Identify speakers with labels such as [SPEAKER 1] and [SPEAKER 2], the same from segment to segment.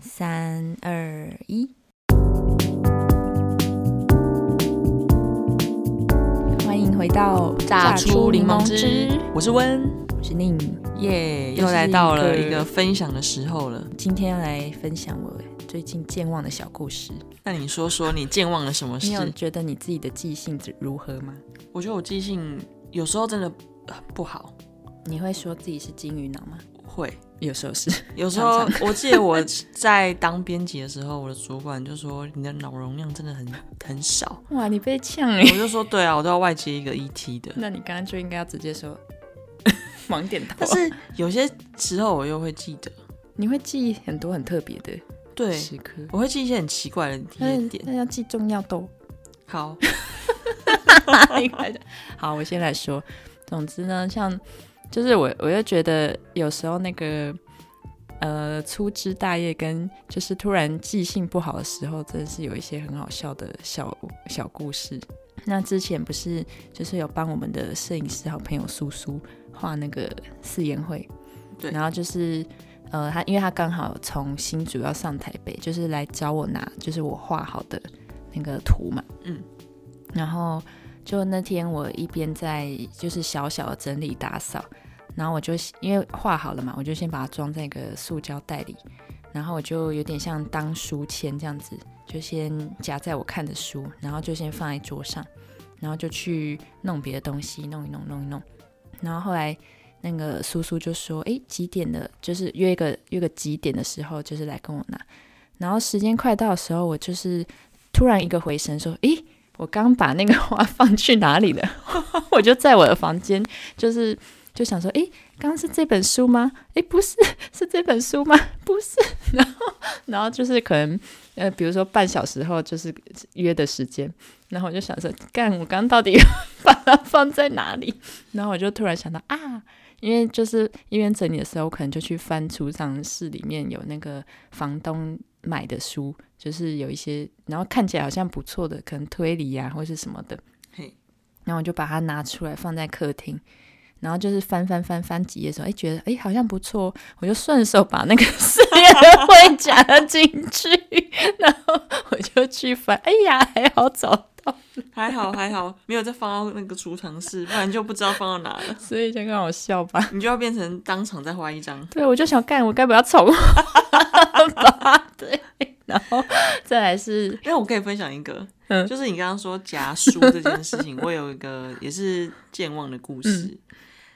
[SPEAKER 1] 三二一，欢迎回到
[SPEAKER 2] 榨出柠檬汁
[SPEAKER 1] 我
[SPEAKER 2] 我是温，
[SPEAKER 1] 是宁，
[SPEAKER 2] 耶、
[SPEAKER 1] 又
[SPEAKER 2] 又来
[SPEAKER 1] 是一
[SPEAKER 2] 到了
[SPEAKER 1] 个
[SPEAKER 2] 一个分享的时候了。
[SPEAKER 1] 今天要来分享我最近健忘的小故事。
[SPEAKER 2] 那你说说你健忘了什么
[SPEAKER 1] 你有
[SPEAKER 2] 事？
[SPEAKER 1] 觉得你自己的记性如何吗？
[SPEAKER 2] 我觉得我记性有时候真的呃不好，
[SPEAKER 1] 你会说自己是金鱼脑吗？
[SPEAKER 2] 会
[SPEAKER 1] 有时候是，
[SPEAKER 2] 有时候 我记得我在当编辑的时候，我的主管就说你的脑容量真的很很 少，
[SPEAKER 1] 哇，你被呛哎、
[SPEAKER 2] 我就说对啊，我都要外接一个 ET 的。
[SPEAKER 1] 那你刚刚就应该要直接说 盲点头，
[SPEAKER 2] 但是 有些时候我又会记得，
[SPEAKER 1] 你会记很多很特别的
[SPEAKER 2] 对，
[SPEAKER 1] 时刻。
[SPEAKER 2] 我会记一些很奇怪的
[SPEAKER 1] 那
[SPEAKER 2] 节 点。
[SPEAKER 1] 那要记重要哦都。
[SPEAKER 2] 好，
[SPEAKER 1] 好，我先来说。总之呢，像就是我，我就觉得有时候那个呃粗枝大叶跟就是突然记性不好的时候，真的是有一些很好笑的小小故事。那之前不是就是有帮我们的摄影师好朋友苏苏画那个四言会，
[SPEAKER 2] 对
[SPEAKER 1] 然后就是呃他因为他刚好从新竹要上台北，就是来找我拿就是我画好的那个图嘛，
[SPEAKER 2] 嗯，
[SPEAKER 1] 然后就那天我一边在就是小小的整理打扫，然后我就因为画好了嘛，我就先把它装在一个塑胶袋里，然后我就有点像当书签这样子，就先夹在我看的书，然后就先放在桌上，然后就去弄别的东西，弄一弄，弄一弄。然后后来那个苏苏就说：“诶，几点了？就是约一个约个几点的时候，就是来跟我拿。”然后时间快到的时候，我就是突然一个回神，说：“诶，我刚把那个花放去哪里了？” 我就在我的房间，就是就想说：“诶，刚刚是这本书吗？诶，不是， 是这本书吗？不是。” 然后然后就是可能呃，比如说半小时后就是约的时间，然后我就想说，干，我刚刚到底把它放在哪里？ 然后我就突然想到啊，因为就是一边整理的时候，我可能就去翻储藏室里面有那个房东买的书，就是有一些，然后看起来好像不错的，可能推理啊或是什么的，
[SPEAKER 2] 嘿，
[SPEAKER 1] 然后我就把它拿出来放在客厅，然后就是翻翻翻翻几页的时候，哎，觉得哎好像不错哦，我就顺手把那个四叶 的会夹进去，然后我就去翻，哎呀，还好找到，
[SPEAKER 2] 还好还好，没有再放到那个储藏室，不然就不知道放到哪了。
[SPEAKER 1] 所以就让我笑 吧。
[SPEAKER 2] 你就要变成当场再画一张。
[SPEAKER 1] 对，我就想干，我该不要重画吧？ 对，然后再来是
[SPEAKER 2] 因为我可以分享一个，
[SPEAKER 1] 嗯
[SPEAKER 2] 就是你刚刚说夹书这件事情，我有一个也是健忘的故事，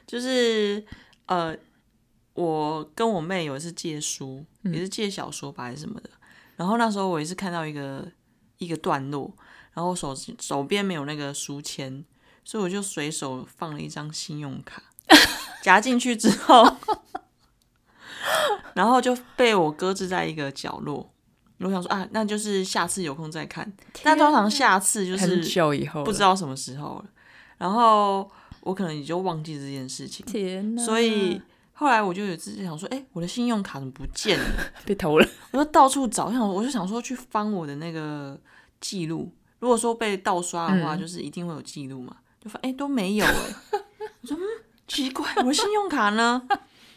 [SPEAKER 2] 就是呃，我跟我妹有一次借书，也是借小说吧还是什么的，然后那时候我也是看到一个一个段落，然后我手手边没有那个书签，所以我就随手放了一张信用卡夹进去之后，然后就被我搁置在一个角落。我想说啊，那就是下次有空再看。但通常下次就
[SPEAKER 1] 很
[SPEAKER 2] 是
[SPEAKER 1] 久以后了，
[SPEAKER 2] 不知道什么时候了，然后我可能也就忘记这件事情，
[SPEAKER 1] 天哪，
[SPEAKER 2] 所以后来我就有自己想说，哎、我的信用卡怎么不见了？
[SPEAKER 1] 被投了。
[SPEAKER 2] 我就到处找，我想我就想说去翻我的那个记录，如果说被盗刷的话，
[SPEAKER 1] 嗯
[SPEAKER 2] 就是一定会有记录嘛，就发哎、诶 都没有哎、我说嗯奇怪，我的信用卡呢？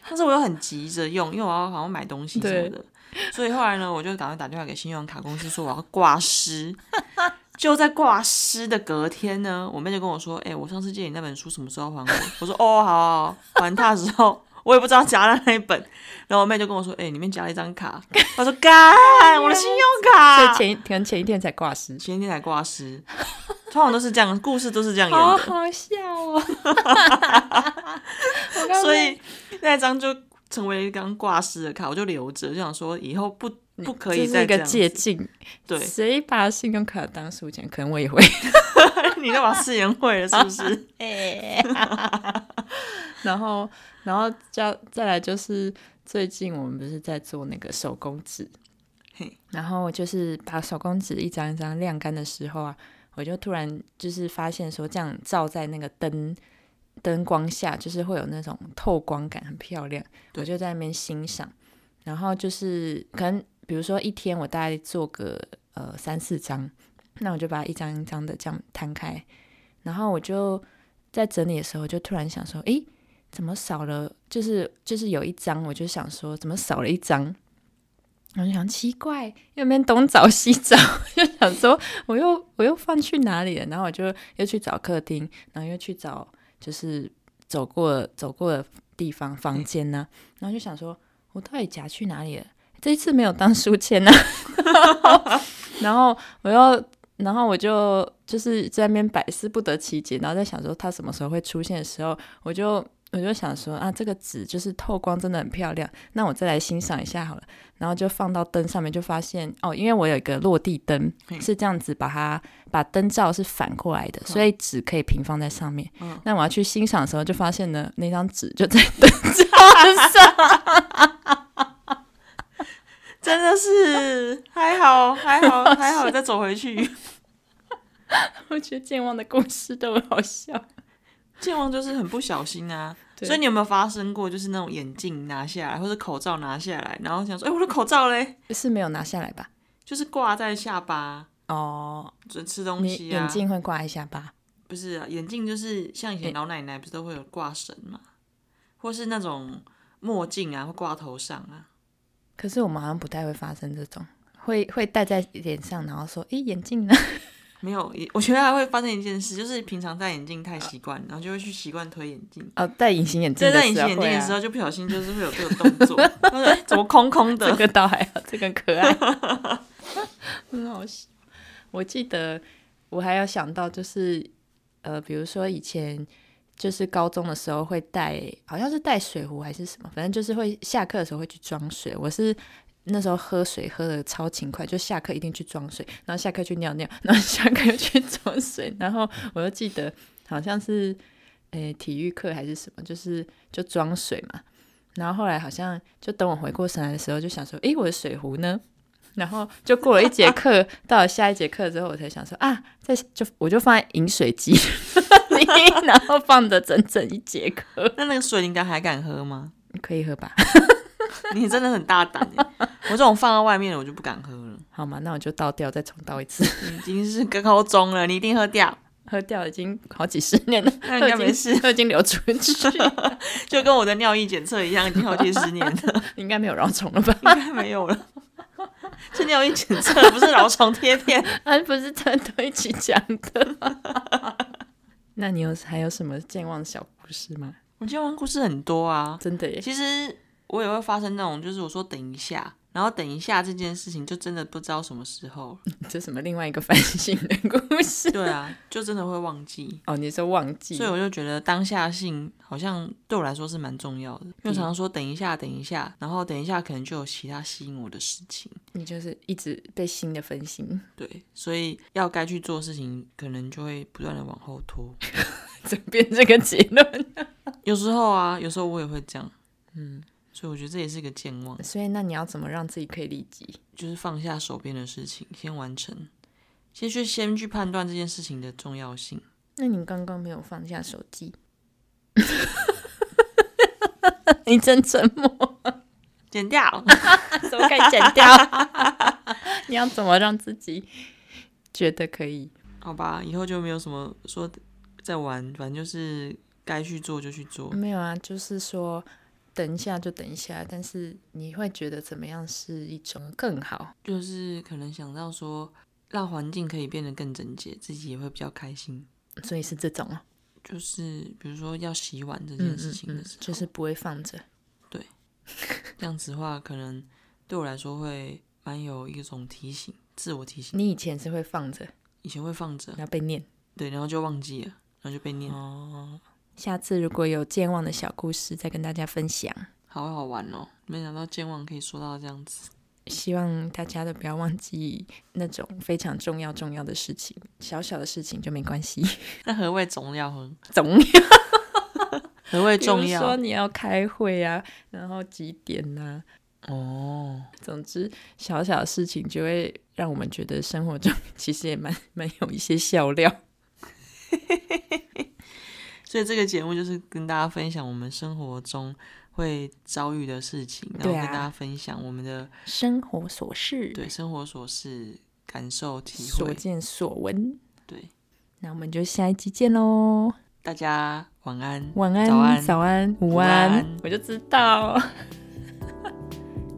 [SPEAKER 2] 但是我又很急着用，因为我要好像买东西什么的，所以后来呢，我就赶快打电话给信用卡公司说我要挂失。就在挂失的隔天呢，我妹就跟我说：“哎、我上次借你那本书什么时候还我？”我说：“哦，好好好还她的时候， 我也不知道夹在那一本。”然后我妹就跟我说：“哎、里面夹了一张卡。”我说：“ 干，我的信用
[SPEAKER 1] 所
[SPEAKER 2] 卡。”
[SPEAKER 1] 以前一可能前一天才挂失，
[SPEAKER 2] 前天才挂失，通常都是这样，故事都是这样演
[SPEAKER 1] 好
[SPEAKER 2] 的。
[SPEAKER 1] 好笑 哦！我刚
[SPEAKER 2] 所以那张就成为一张挂失的卡，我就留着，就想说以后不不可以
[SPEAKER 1] 这嗯是
[SPEAKER 2] 再
[SPEAKER 1] 一
[SPEAKER 2] 这
[SPEAKER 1] 个
[SPEAKER 2] 样子。
[SPEAKER 1] 借镜，
[SPEAKER 2] 对，
[SPEAKER 1] 谁把信用卡当书签？可能我也会。
[SPEAKER 2] 你干嘛誓言会了是不是？
[SPEAKER 1] 然后，然后再再来就是最近我们不是在做那个手工纸
[SPEAKER 2] 嘿，
[SPEAKER 1] 然后就是把手工纸一张一张晾干的时候啊，我就突然就是发现说，这样照在那个灯灯光下，就是会有那种透光感，很漂亮。我
[SPEAKER 2] 对
[SPEAKER 1] 就在那边欣赏，然后就是可能比如说一天我大概做个呃三四张，那我就把它一张一张的这样摊开，然后我就在整理的时候，就突然想说，诶，怎么少了？就是就是有一张，我就想说，怎么少了一张？然后就想奇怪，又那边东找西找， 就想说我又我又放去哪里了？然后我就又去找客厅，然后又去找就是走过走过的地方房间呢、然后就想说我到底夹去哪里了？这一次没有当书签呢、 然后我又然后我就就是在那边百思不得其解，然后在想说它什么时候会出现的时候，我就。我就想说啊，这个纸就是透光，真的很漂亮。那我再来欣赏一下好了。然后就放到灯上面，就发现哦，因为我有一个落地灯，
[SPEAKER 2] 嗯
[SPEAKER 1] 是这样子把它把灯罩是反过来的，所以纸可以平放在上面。
[SPEAKER 2] 嗯
[SPEAKER 1] 那我要去欣赏的时候，就发现呢，那张纸就在灯罩上。
[SPEAKER 2] 真的是还好还好还好，再走回去。
[SPEAKER 1] 我觉得健忘的故事都很好笑。
[SPEAKER 2] 健忘就是很不小心啊。
[SPEAKER 1] 对
[SPEAKER 2] 所以你有没有发生过，就是那种眼镜拿下来，或者口罩拿下来，然后想说，哎、我的口罩嘞，
[SPEAKER 1] 是没有拿下来吧？
[SPEAKER 2] 就是挂在下巴，
[SPEAKER 1] 哦，
[SPEAKER 2] 就吃东
[SPEAKER 1] 你
[SPEAKER 2] 西啊。
[SPEAKER 1] 眼镜会挂一下吧？
[SPEAKER 2] 不是、啊、眼镜，就是像以前老奶奶不是都会有挂绳嘛，或是那种墨镜啊，会挂头上啊。
[SPEAKER 1] 可是我们好像不太会发生这种，会会戴在脸上，然后说：“诶，眼镜呢
[SPEAKER 2] 没有，也我觉得还会发生一件事，就是平常戴眼镜太习惯，然后就会去习惯推眼镜。？”
[SPEAKER 1] 哦，戴隐形眼镜
[SPEAKER 2] 在
[SPEAKER 1] 的时候
[SPEAKER 2] 戴
[SPEAKER 1] 会啊，
[SPEAKER 2] 隐形眼镜的时候，就不小心就是会有这个动作， 然后就哎怎么空空的
[SPEAKER 1] 啊这？个倒还好，这个可爱， 很好笑。我记得我还有想到，就是呃，比如说以前就是高中的时候会带，好像是带水壶还是什么，反正就是会下课的时候会去装水。我是那时候喝水喝的超勤快，就下课一定去装水，然后下课去尿尿，然后下课又去装水。然后我又记得好像是诶、体育课还是什么，就是就装水嘛。然后后来好像就等我回过神来的时候，就想说，诶，我的水壶呢？然后就过了一节课，到了下一节课之后，我才想说啊，在就我就放在饮水机里，然后放着整整一节课，
[SPEAKER 2] 那那个水灵丹还敢喝吗？
[SPEAKER 1] 可以喝吧？
[SPEAKER 2] 你真的很大胆耶！我这种放在外面的，我就不敢喝了。
[SPEAKER 1] 好嘛，那我就倒掉，再重倒一次。
[SPEAKER 2] 你已经是高中了，你一定喝掉，
[SPEAKER 1] 喝掉已经好几十年了，
[SPEAKER 2] 那
[SPEAKER 1] 都
[SPEAKER 2] 应
[SPEAKER 1] 已
[SPEAKER 2] 该
[SPEAKER 1] 经
[SPEAKER 2] 没事。
[SPEAKER 1] 都已经流出去，
[SPEAKER 2] 就跟我的尿液检测一样，已经好几十年了，
[SPEAKER 1] 应该没有蛲虫了吧？
[SPEAKER 2] 应该没有了。是尿液检测，不是蛲虫贴片。
[SPEAKER 1] 啊，不是真的一起讲的。 那你有还有什么健忘小故事吗？
[SPEAKER 2] 我今晚故事很多啊，
[SPEAKER 1] 真的耶，
[SPEAKER 2] 其实我也会发生那种，就是我说等一下，然后等一下这件事情，就真的不知道什么时候 了。
[SPEAKER 1] 这什么另外一个反省的故事？
[SPEAKER 2] 对啊，就真的会忘记。
[SPEAKER 1] 哦，你说忘记
[SPEAKER 2] 所以我就觉得当下性好像对我来说是蛮重要的，因为我常常说等一下，等一下，然后等一下可能就有其他吸引我的事情，
[SPEAKER 1] 你就是一直被新的分心，
[SPEAKER 2] 对，所以要该去做的事情，可能就会不断的往后拖。
[SPEAKER 1] 怎么变这个结论？
[SPEAKER 2] 有时候啊，有时候我也会这样，嗯，所以我觉得这也是个健忘，
[SPEAKER 1] 所以那你要怎么让自己可以立即？
[SPEAKER 2] 就是放下手边的事情，先完成，先去先去判断这件事情的重要性。
[SPEAKER 1] 那你刚刚没有放下手机， 你真沉默，
[SPEAKER 2] 剪掉，
[SPEAKER 1] 怎么可以剪掉？ 你要怎么让自己觉得可以？
[SPEAKER 2] 好吧，以后就没有什么说在玩，反正就是该去做就去做。
[SPEAKER 1] 没有啊，就是说等一下就等一下，但是你会觉得怎么样是一种更好？
[SPEAKER 2] 就是可能想到说，让环境可以变得更整洁，自己也会比较开心。
[SPEAKER 1] 所以是这种哦，
[SPEAKER 2] 就是比如说要洗碗这件事情的时
[SPEAKER 1] 嗯
[SPEAKER 2] 候，
[SPEAKER 1] 就是不会放着。
[SPEAKER 2] 这样子的话，可能对我来说会蛮有一种提醒，自我提醒。
[SPEAKER 1] 你以前是会放着，
[SPEAKER 2] 以前会放着，
[SPEAKER 1] 然后被念。
[SPEAKER 2] 对，然后就忘记了，然后就被念，哦，
[SPEAKER 1] 下次如果有健忘的小故事，再跟大家分享。
[SPEAKER 2] 好好玩哦！没想到健忘可以说到这样子。
[SPEAKER 1] 希望大家都不要忘记那种非常重要重要的事情，小小的事情就没关系。
[SPEAKER 2] 那何谓重要呢？
[SPEAKER 1] 总
[SPEAKER 2] 何谓
[SPEAKER 1] 比如
[SPEAKER 2] 重
[SPEAKER 1] 说
[SPEAKER 2] 要？
[SPEAKER 1] 你要开会啊，然后几点呐、
[SPEAKER 2] 哦，
[SPEAKER 1] 总之小小的事情就会让我们觉得生活中 其实也蛮蛮有一些笑料。
[SPEAKER 2] 所以这个节目就是跟大家分享我们生活中会遭遇的事情，然后
[SPEAKER 1] 对
[SPEAKER 2] 跟
[SPEAKER 1] 啊
[SPEAKER 2] 大家分享我们的
[SPEAKER 1] 生活琐事，
[SPEAKER 2] 对生活琐事感受体
[SPEAKER 1] 所
[SPEAKER 2] 会。
[SPEAKER 1] 见所闻。
[SPEAKER 2] 对，
[SPEAKER 1] 那我们就下一集见喽，
[SPEAKER 2] 大家晚安，
[SPEAKER 1] 晚安，
[SPEAKER 2] 早安，
[SPEAKER 1] 早安午
[SPEAKER 2] 午
[SPEAKER 1] 安
[SPEAKER 2] 安
[SPEAKER 1] 我就知道，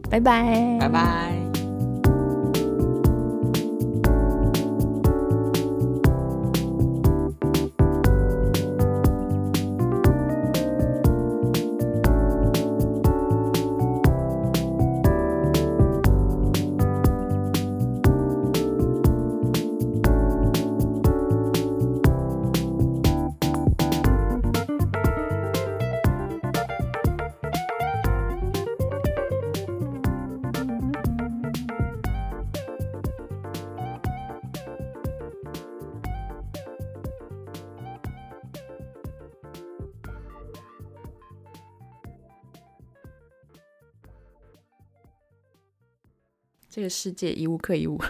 [SPEAKER 1] 拜拜，
[SPEAKER 2] 拜拜。
[SPEAKER 1] 这个世界一物克一物，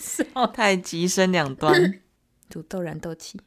[SPEAKER 1] 是哦，哦
[SPEAKER 2] 太极生两端。
[SPEAKER 1] 煮豆燃豆萁。